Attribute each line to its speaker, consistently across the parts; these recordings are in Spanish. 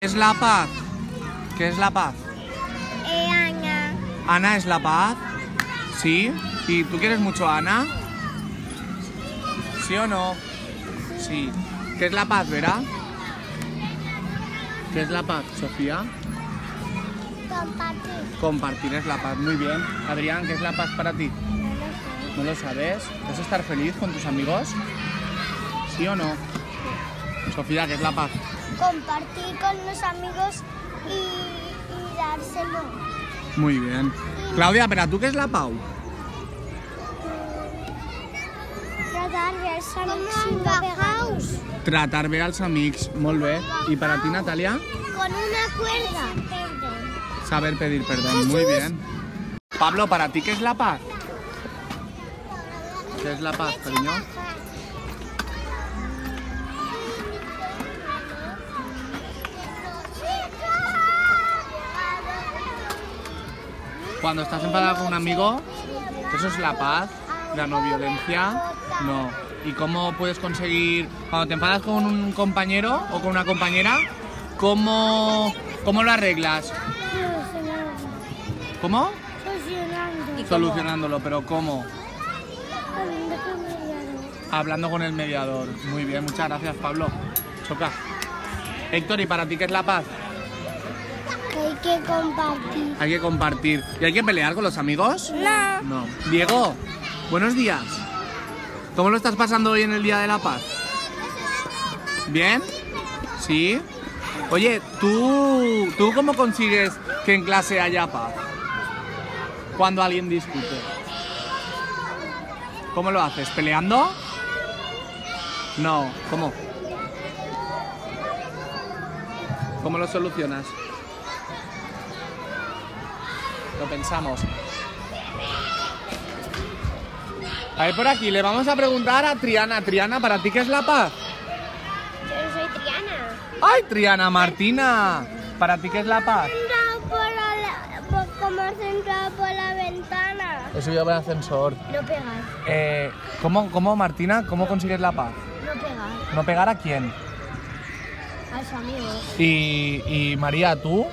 Speaker 1: ¿Qué es la paz? ¿Qué es la paz?
Speaker 2: Eh, Ana,
Speaker 1: ¿Ana es la paz? ¿Sí? ¿Y tú quieres mucho a Ana? ¿Sí o no? Sí. ¿Qué es la paz, Vera? ¿Qué es la paz, Sofía?
Speaker 2: compartir.
Speaker 1: Compartir es la paz. Muy bien. Adrián, ¿qué es la paz para ti?
Speaker 2: No lo sé.
Speaker 1: ¿No lo sabes? ¿Vas a estar feliz con tus amigos? ¿Sí o no? Sofía, ¿qué es la paz?
Speaker 2: Compartir con los amigos y, y dárselo.
Speaker 1: Muy bien. Claudia, ¿pero tú qué es la pau?
Speaker 2: Tratar de ser sin pegados.
Speaker 1: Tratar bé als amics. Molt bé. I per a ti, Natàlia?
Speaker 2: Con una cuerda.
Speaker 1: Saber pedir perdón. Muy bien. Pablo, ¿para ti qué es la paz? ¿Qué es la paz, cariño? Cuando estás enfadada con un amigo, ¿eso es la paz? ¿La no violencia? No. ¿Y cómo puedes conseguir, cuando te enfadas con un compañero o con una compañera, cómo, cómo lo arreglas? ¿Cómo?
Speaker 2: Solucionando.
Speaker 1: Solucionándolo, pero ¿cómo? Hablando con el mediador. Muy bien, muchas gracias, Pablo. Choca. Héctor, ¿y para ti qué es la paz?
Speaker 2: Que hay que compartir.
Speaker 1: Hay que compartir. ¿Y hay que pelear con los amigos?
Speaker 2: No.
Speaker 1: No. Diego, buenos días. ¿Cómo lo estás pasando hoy en el Día de la Paz? ¿Bien? ¿Sí? Oye, ¿tú, ¿tú cómo consigues que en clase haya paz? Cuando alguien discute. ¿Cómo lo haces? ¿Peleando? No, ¿cómo? ¿Cómo lo solucionas? Lo pensamos. A ver, por aquí, le vamos a preguntar a Triana. Triana, ¿para ti qué es la paz?
Speaker 2: Yo soy Triana.
Speaker 1: ¡Ay, Triana Martina! ¿Para ti qué es la paz?
Speaker 2: Entrado por la, por- como has entrado por la ventana.
Speaker 1: He subido por ascensor.
Speaker 2: No pegar,
Speaker 1: Eh, ¿cómo, ¿Cómo, Martina? ¿Cómo consigues la paz?
Speaker 2: no pegar
Speaker 1: ¿No pegar a quién?
Speaker 2: a su amigo.
Speaker 1: Y, y María, ¿tú?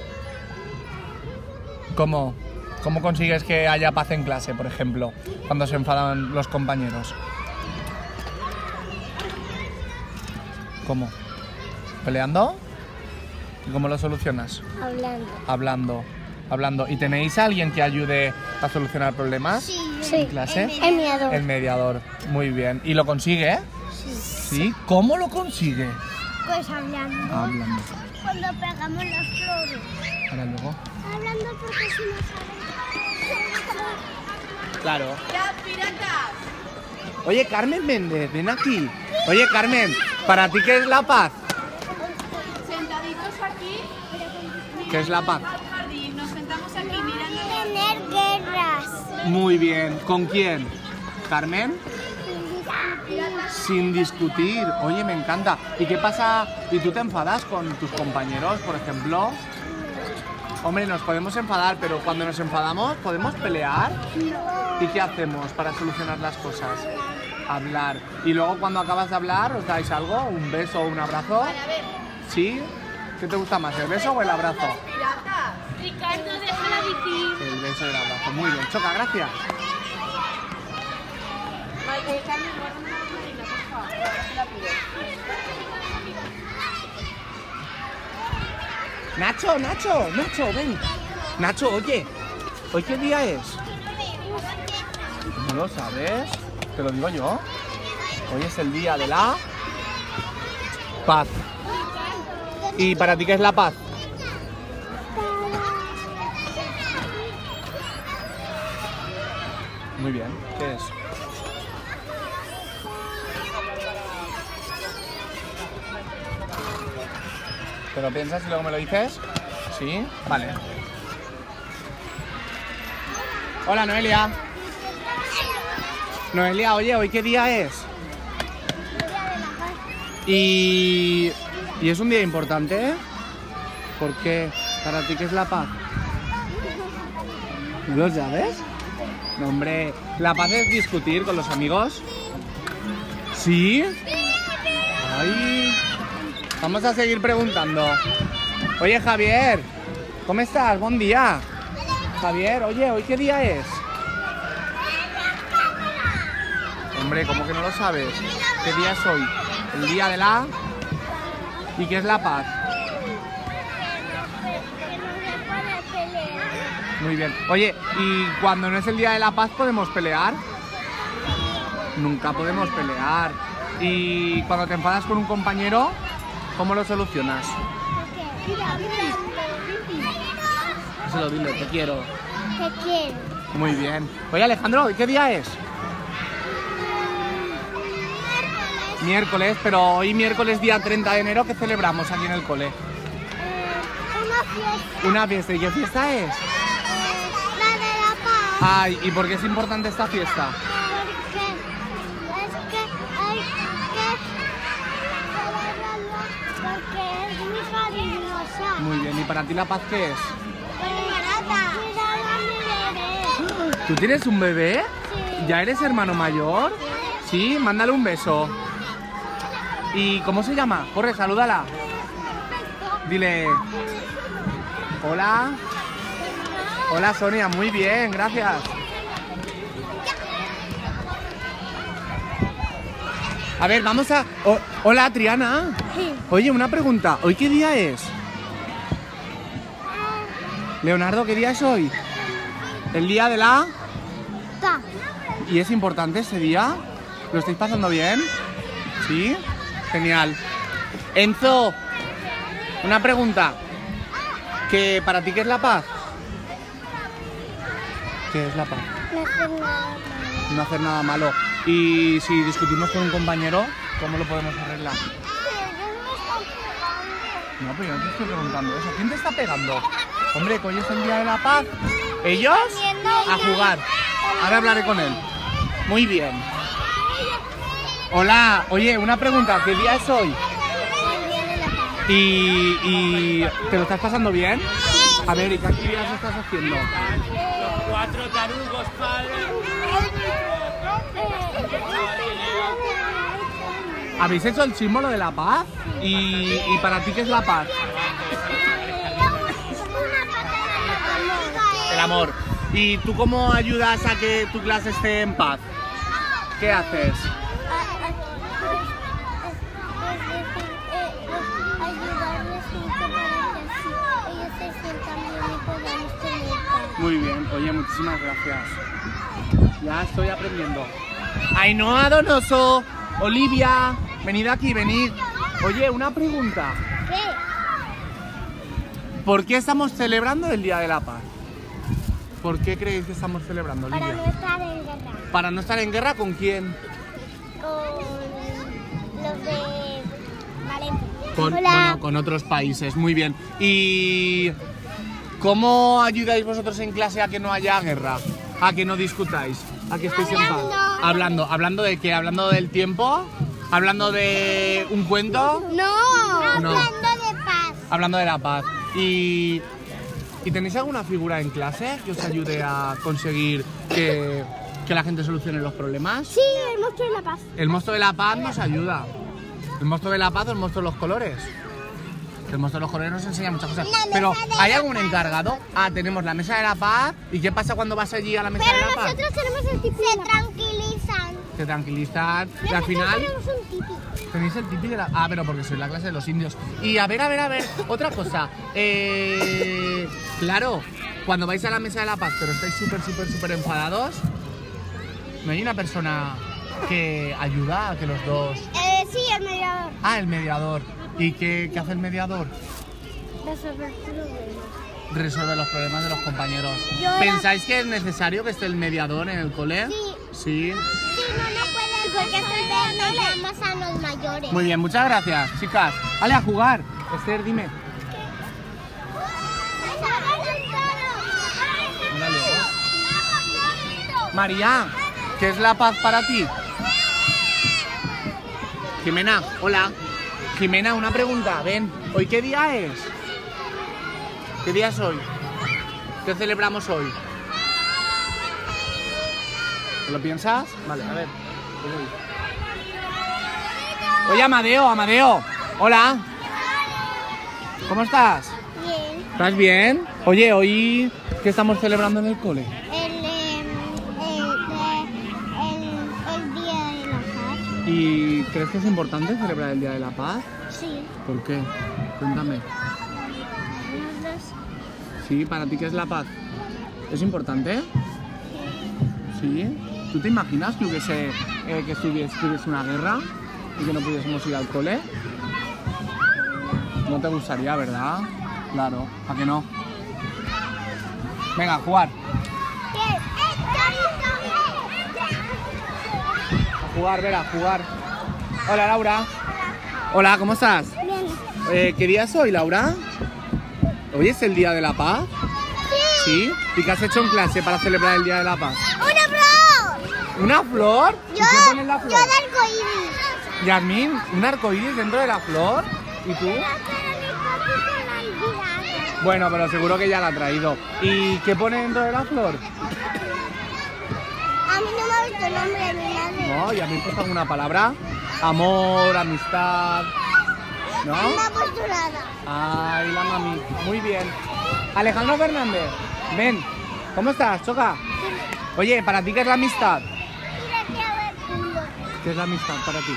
Speaker 1: ¿Cómo? ¿Cómo consigues que haya paz en clase, por ejemplo, cuando se enfadan los compañeros? ¿Cómo? ¿Peleando? ¿Y cómo lo solucionas?
Speaker 2: Hablando.
Speaker 1: Hablando, hablando. ¿Y tenéis a alguien que ayude a solucionar problemas?
Speaker 2: Sí.
Speaker 1: ¿En clase?
Speaker 2: El miedo.
Speaker 1: El mediador. Muy bien. ¿Y lo consigue? Sí. ¿Cómo lo consigue?
Speaker 2: Pues hablando.
Speaker 1: Hablando.
Speaker 2: Cuando pegamos las flores.
Speaker 1: Ahora luego.
Speaker 2: Hablando porque si no saben.
Speaker 1: Claro. Oye, Carmen Méndez, ven aquí. Oye, Carmen, ¿para ti qué es la paz?
Speaker 3: Sentaditos aquí,
Speaker 1: ¿Qué es la paz?
Speaker 3: al jardín, nos sentamos aquí mirando.
Speaker 2: Tener guerras.
Speaker 1: Muy bien. ¿Con quién? ¿Carmen? Sin discutir. Oye, me encanta. ¿Y qué pasa? ¿Y tú te enfadas con tus compañeros, por ejemplo? Hombre, nos podemos enfadar, pero cuando nos enfadamos, ¿podemos pelear? ¿Y qué hacemos para solucionar las cosas? Hablar. Y luego cuando acabas de hablar, ¿os dais algo? ¿Un beso o un abrazo? ¿Sí? ¿Qué te gusta más, el beso o el abrazo?
Speaker 3: Ricardo, déjala decir.
Speaker 1: El beso y el abrazo. Muy bien. Choca, gracias.
Speaker 3: Vale, Carmen, guarda una mandarina, por favor. ahora se la pido.
Speaker 1: Nacho, Nacho, Nacho, ven. Nacho, oye, ¿hoy qué día es? No lo sabes, te lo digo yo. Hoy es el día de la paz. ¿Y para ti qué es la paz? Muy bien, ¿qué es? ¿Te lo piensas y luego me lo dices? ¿Sí? Vale. Hola, Noelia. Noelia, oye, ¿hoy qué día es? Y... ¿Y es un día importante? ¿eh? ¿Por qué? ¿Para ti qué es la paz? ¿No lo sabes? No, hombre, ¿la paz es discutir con los amigos? ¿Sí? Ay. Vamos a seguir preguntando. Oye, Javier, ¿cómo estás? Buen día. Javier, oye, ¿hoy qué día es? Hombre, ¿cómo que no lo sabes? ¿Qué día es hoy? El día de la... ¿Y qué es la paz?
Speaker 2: Que no se para pelear.
Speaker 1: Muy bien. Oye, ¿y cuando no es el Día de la Paz podemos pelear? Nunca podemos pelear. ¿Y cuando te enfadas con un compañero, cómo lo solucionas?
Speaker 2: Ok,
Speaker 1: Se lo dile, te quiero.
Speaker 2: Te quiero.
Speaker 1: Muy bien. Oye, Alejandro, ¿hoy ¿qué día es? Miércoles, pero hoy miércoles día 30 de enero que celebramos aquí en el cole.
Speaker 2: Eh, una fiesta.
Speaker 1: Una fiesta, ¿y qué fiesta es?
Speaker 2: eh, la de la paz.
Speaker 1: Ay, ¿y por qué es importante esta fiesta?
Speaker 2: Porque es que hay que celebrarlo porque es muy cariñosa.
Speaker 1: Muy bien, ¿y para ti la paz qué es?
Speaker 2: Muy barata. Mira mi bebé.
Speaker 1: ¿Tú tienes un bebé?
Speaker 2: Sí.
Speaker 1: ¿Ya eres hermano mayor? Sí, mándale un beso. ¿Y cómo se llama? Corre, salúdala. Dile. Hola. Hola Sonia, muy bien, gracias. A ver, vamos a. o- hola Triana. Oye, una pregunta. ¿Hoy qué día es? Leonardo, ¿qué día es hoy? El día de la.
Speaker 2: Pa.
Speaker 1: ¿Y es importante ese día? ¿Lo estáis pasando bien? ¿Sí? Genial. Enzo, una pregunta. ¿Que ¿Para ti qué es la paz? ¿Qué es la paz?
Speaker 2: No hace nada.
Speaker 1: No hacer nada malo. Y si discutimos con un compañero, ¿cómo lo podemos arreglar?
Speaker 2: Ellos me están pegando.
Speaker 1: No, pero yo no te estoy preguntando eso. ¿Quién te está pegando? Hombre, que hoy es el día de la paz. ¿Ellos? A jugar. Ahora hablaré con él. Muy bien. Hola, oye, una pregunta. ¿Qué día es hoy?
Speaker 2: El día de la paz.
Speaker 1: ¿Y, y te lo estás pasando bien? A ver, ¿y qué actividades estás haciendo?
Speaker 4: Cuatro tarugos, padre.
Speaker 1: ¿Habéis hecho el símbolo de la paz? ¿Y, y para ti qué es la paz? El amor. ¿Y tú cómo ayudas a que tu clase esté en paz? ¿Qué haces?
Speaker 2: Ayudarles mucho para que así ellos se sientan bien y podamos tener paz.
Speaker 1: Muy bien, oye, muchísimas gracias. Ya estoy aprendiendo. Ainhoa Donoso, Olivia, venid aquí, venid. Oye, una pregunta.
Speaker 2: ¿Qué?
Speaker 1: ¿Por qué estamos celebrando el Día de la Paz? ¿Por qué creéis que estamos celebrando,
Speaker 2: Para no
Speaker 1: Olivia?
Speaker 2: estar en guerra
Speaker 1: Para no estar en guerra con quién?
Speaker 2: con los de Valencia.
Speaker 1: Con,
Speaker 2: Hola.
Speaker 1: bueno, con otros países, muy bien. ¿Y cómo ayudáis vosotros en clase a que no haya guerra? A que no discutáis, a que estéis en paz.
Speaker 2: Hablando.
Speaker 1: Hablando, hablando de qué? Hablando del tiempo, hablando de un cuento,
Speaker 2: No.
Speaker 1: No.
Speaker 2: Hablando de paz.
Speaker 1: hablando de la paz. ¿Y, ¿y tenéis alguna figura en clase que os ayude a conseguir que, que la gente solucione los problemas?
Speaker 2: Sí, el monstruo de la paz.
Speaker 1: El monstruo de la paz nos ayuda. El monstruo de la paz o el monstruo de los colores. El monstruo de los colores nos enseña muchas cosas.
Speaker 2: La mesa
Speaker 1: Pero,
Speaker 2: de
Speaker 1: ¿hay
Speaker 2: la
Speaker 1: algún
Speaker 2: paz.
Speaker 1: encargado? Ah, tenemos la mesa de la paz. ¿Y qué pasa cuando vas allí a la mesa de la paz?
Speaker 2: tenemos el tipi. Se tranquilizan.
Speaker 1: Te tranquilizan. Y al final
Speaker 2: un tipi.
Speaker 1: tenéis el tipi de la... Ah, pero porque soy la clase de los indios. Y a ver, a ver, a ver. Otra cosa. Eh, claro, cuando vais a la mesa de la paz, pero estáis súper, súper, súper enfadados, ¿no hay una persona que ayuda a que los dos
Speaker 2: Eh, sí, el mediador.
Speaker 1: Ah, el mediador. ¿Y qué, qué hace el mediador?
Speaker 2: Resolver problemas.
Speaker 1: Resuelve los problemas de los compañeros.
Speaker 2: Yo era-
Speaker 1: ¿Pensáis que es necesario que esté el mediador en el cole? Sí.
Speaker 2: Sí, no, no pueden porque no le damos a los mayores.
Speaker 1: Muy bien, muchas gracias, chicas. Vale, a jugar. Esther, dime. Dale. María, ¿qué es la paz para ti? Jimena, hola. Jimena, una pregunta, ven. ¿Hoy qué día es? ¿Qué día es hoy? ¿Qué celebramos hoy? ¿Te lo piensas? Vale, a ver. Oye, Amadeo, Amadeo. Hola. ¿Cómo estás? ¿Estás bien? Oye, hoy ¿qué estamos celebrando en el cole?
Speaker 2: El, eh, el, eh, el, el día de la paz.
Speaker 1: ¿Y crees que es importante celebrar el Día de la Paz?
Speaker 2: Sí.
Speaker 1: ¿Por qué? Cuéntame.
Speaker 2: Nosotros
Speaker 1: Sí, ¿para ti qué es la paz? ¿Es importante? Sí. ¿Tú te imaginas que hubiese eh, que estuvies- que hubiese una guerra y que no pudiésemos ir al cole? No te gustaría, ¿verdad? Claro, ¿a que no? Venga, a jugar. A jugar, Vera, a jugar. Hola, Laura. Hola, ¿cómo estás?
Speaker 2: Bien.
Speaker 1: Eh, ¿Qué día es hoy, Laura? ¿Hoy es el Día de la Paz? Sí. ¿Y qué has hecho en clase para celebrar el Día de la Paz?
Speaker 2: ¡Una pro!
Speaker 1: ¿Una flor? ¿Y
Speaker 2: Yo,
Speaker 1: qué pone en la flor?
Speaker 2: yo del arcoíris.
Speaker 1: Yasmín, un arcoíris dentro de la flor. ¿Y tú? Bueno, pero seguro que ya la ha traído. ¿Y qué pone dentro de la flor?
Speaker 2: A mí no me ha visto el nombre ni nada.
Speaker 1: No, y a mí pues alguna palabra. Amor, amistad. ¿No?
Speaker 2: Una postulada.
Speaker 1: Ay, la mami. Muy bien. Alejandro Fernández, ven. ¿Cómo estás, Choca? Oye, ¿para ti qué es la amistad? ¿Qué es la amistad para ti?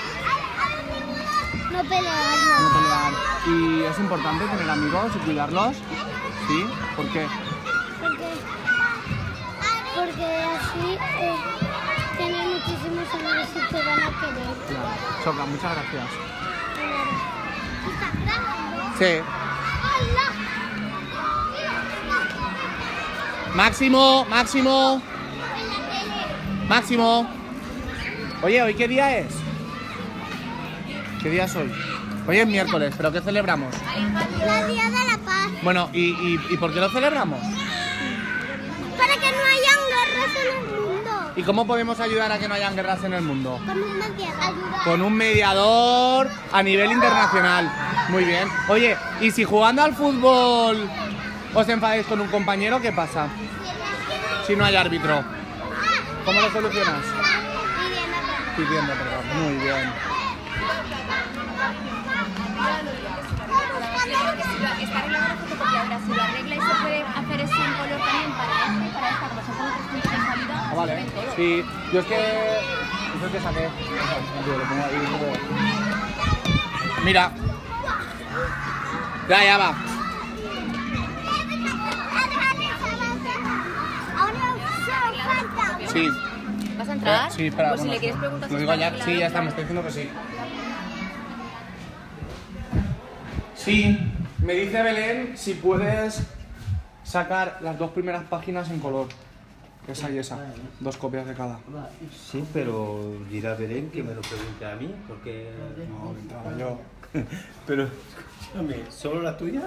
Speaker 2: No pelear,
Speaker 1: No
Speaker 2: no.
Speaker 1: pelear. ¿Y es importante tener amigos y cuidarlos? ¿Sí? ¿Por qué?
Speaker 2: Porque, porque así eh, tener muchísimos amigos y te van a querer.
Speaker 1: Claro. Choca, muchas gracias.
Speaker 2: ¿Estás grabando?
Speaker 1: Sí.
Speaker 2: ¡Hola!
Speaker 1: Máximo, máximo,
Speaker 2: En la tele.
Speaker 1: máximo. Oye, ¿hoy qué día es? ¿Qué día es hoy? Hoy es miércoles, pero ¿qué celebramos?
Speaker 2: La Día de la Paz.
Speaker 1: Bueno, ¿y, y, y por qué lo celebramos?
Speaker 2: Para que no hayan guerras en el mundo.
Speaker 1: ¿Y cómo podemos ayudar a que no hayan guerras en el mundo?
Speaker 2: Con una tierra ayuda.
Speaker 1: Con un mediador a nivel internacional. Muy bien. Oye, ¿y si jugando al fútbol os enfadáis con un compañero, qué pasa? Si no hay árbitro, ¿cómo lo solucionas? Pidiendo perdón. Muy bien.
Speaker 3: Está arreglada la fotocopiadora, si lo arregla y se puede hacer ese en color también para este y para esta, como son como tres puntos de salida,
Speaker 1: Ah,
Speaker 3: se
Speaker 1: vale.
Speaker 3: ven todos.
Speaker 1: Sí, yo es que. Yo es que saqué. Yo lo pongo ahí, como- Mira. Ya, ya va. Sí.
Speaker 3: ¿Vas a entrar?
Speaker 1: Eh, Sí, espera.
Speaker 3: Pues si
Speaker 1: bueno,
Speaker 3: le quieres preguntar
Speaker 1: Lo
Speaker 3: si
Speaker 1: digo
Speaker 3: está
Speaker 1: ya. Sí, ya está, me está diciendo que sí. Sí. Me dice Belén si puedes sacar las dos primeras páginas en color. Esa y esa. Dos copias de cada.
Speaker 5: Sí, pero dirá Belén que me lo pregunte a mí, porque...
Speaker 1: No, que entraba yo.
Speaker 5: Pero, escúchame, ¿solo la tuya?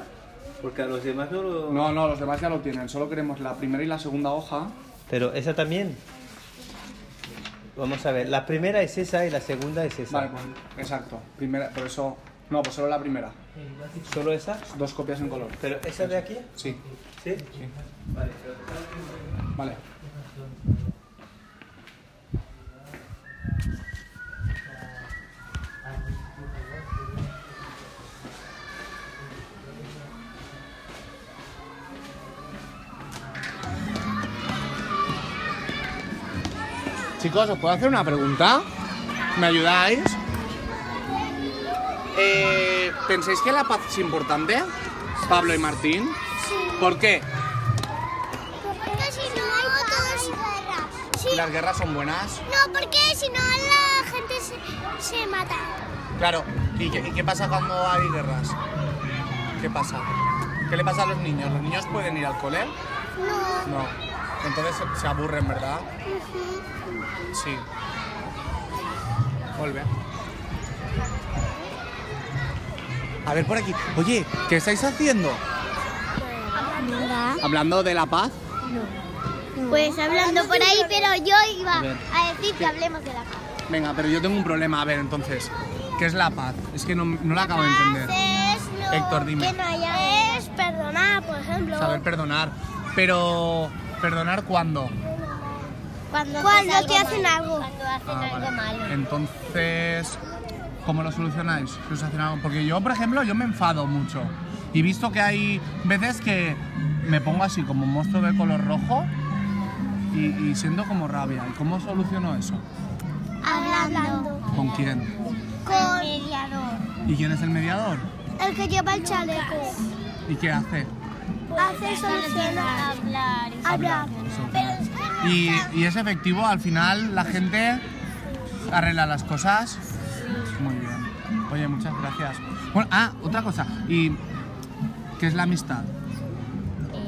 Speaker 5: Porque a los demás no lo...
Speaker 1: No, no, los demás ya lo tienen. Solo queremos la primera y la segunda hoja.
Speaker 5: Pero esa también. Vamos a ver, la primera es esa y la segunda es esa.
Speaker 1: Vale, pues, exacto. Primera, por eso. No, pues solo la primera.
Speaker 5: ¿Solo esa?
Speaker 1: Dos copias en color.
Speaker 5: ¿Pero esa de aquí?
Speaker 1: Sí,
Speaker 5: ¿Sí?
Speaker 1: vale. Chicos, ¿os puedo hacer una pregunta? ¿Me ayudáis? Eh, ¿Pensáis que la paz es importante? Pablo y Martín. ¿Por qué?
Speaker 2: Porque si no hay todos guerras.
Speaker 1: ¿Y las guerras son buenas?
Speaker 2: No, porque si no la gente se, se mata.
Speaker 1: Claro. ¿Y qué, y qué pasa cuando hay guerras? ¿Qué pasa? ¿Qué le pasa a los niños? ¿Los niños pueden ir al cole?
Speaker 2: No.
Speaker 1: No. Entonces se- se aburren, ¿verdad? Sí. Vuelve. A ver por aquí. Oye, ¿qué estáis haciendo? ¿Hablando de la paz?
Speaker 2: Pues hablando por ahí, pero yo iba a decir que hablemos de la
Speaker 1: Ah,
Speaker 2: paz.
Speaker 1: Venga, pero yo tengo un problema. A ver, entonces, ¿qué es la paz? Es que no, no la acabo de entender.
Speaker 2: Es lo
Speaker 1: Héctor, dime.
Speaker 2: que no haya es perdonar, por ejemplo.
Speaker 1: Saber perdonar. Pero, ¿perdonar cuándo?
Speaker 2: Cuando, te hacen algo. Cuando hacen
Speaker 1: Ah, vale. Ah, Entonces, ¿Cómo lo solucionáis? ¿Qué os hacen algo? Porque yo, por ejemplo, yo me enfado mucho. Y visto que hay veces que me pongo así como un monstruo de color rojo y, y siento como rabia. ¿Y cómo soluciono eso?
Speaker 2: Hablando.
Speaker 1: ¿Con quién?
Speaker 2: Con el mediador.
Speaker 1: ¿Y quién es el mediador?
Speaker 2: El que lleva el chaleco.
Speaker 1: ¿Y qué hace?
Speaker 2: Hace solucionar. Hablar. Hablar. Pero
Speaker 1: Y, y es efectivo, al final la gente arregla las cosas. Muy bien. Oye, muchas gracias. Bueno, ah, otra cosa. ¿Y qué es la amistad?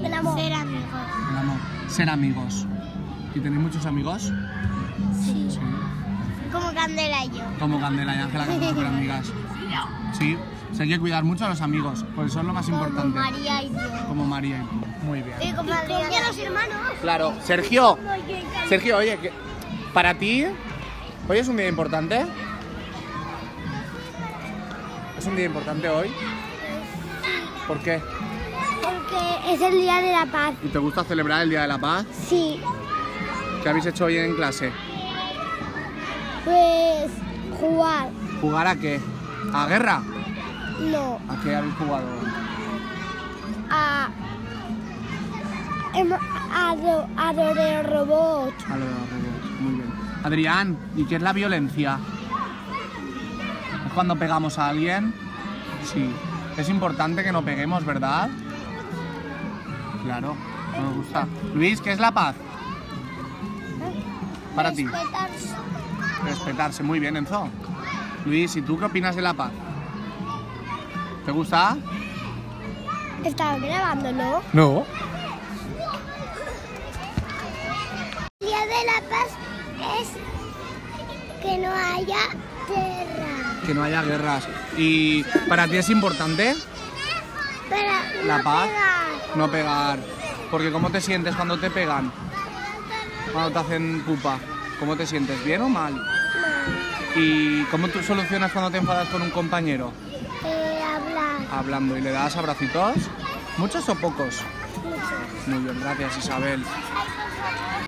Speaker 2: el amor. Ser amigos.
Speaker 1: El amor. Ser amigos. ¿Y tenéis muchos amigos?
Speaker 2: Sí.
Speaker 1: Sí.
Speaker 2: Como Candela y yo.
Speaker 1: Como Candela y Ángela, que son súper amigas. Sí. Sí, hay que cuidar mucho a los amigos, porque eso es lo más importante.
Speaker 2: y yo.
Speaker 1: Como María y tú. Muy bien.
Speaker 2: Y como los hermanos.
Speaker 1: Claro. Sergio, Sergio, oye, que- para ti, hoy es un día importante. ¿Es un día importante hoy? ¿Por qué?
Speaker 2: Porque es el día de la paz.
Speaker 1: ¿Y te gusta celebrar el Día de la Paz?
Speaker 2: Sí.
Speaker 1: ¿Qué habéis hecho hoy en clase?
Speaker 2: Pues jugar.
Speaker 1: ¿Jugar a qué? ¿A guerra?
Speaker 2: No.
Speaker 1: ¿A qué habéis jugado?
Speaker 2: A. em- A, do- a do de robot.
Speaker 1: A lo de los robots. Muy bien. Adrián, ¿y qué es la violencia? ¿Es cuando pegamos a alguien? Sí. Es importante que no peguemos, ¿verdad? Claro, no me gusta. Luis, ¿qué es la paz? Para ti. Respetarse, muy bien, Enzo. Luis, ¿y tú qué opinas de la paz? ¿Te gusta?
Speaker 2: Estaba grabándolo.
Speaker 1: No.
Speaker 2: El día de la paz es que no haya guerra.
Speaker 1: Que no haya guerras. ¿Y para ti es importante
Speaker 2: Pero
Speaker 1: la
Speaker 2: no
Speaker 1: paz?
Speaker 2: pegar.
Speaker 1: No pegar. Porque ¿cómo te sientes cuando te pegan? Cuando te hacen pupa. ¿Cómo te sientes? ¿Bien o mal? ¿Y cómo tú solucionas cuando te enfadas con un compañero?
Speaker 2: Eh, hablar.
Speaker 1: Hablando y le das abracitos. ¿Muchos o pocos?
Speaker 2: Mucho.
Speaker 1: Muy bien, gracias Isabel.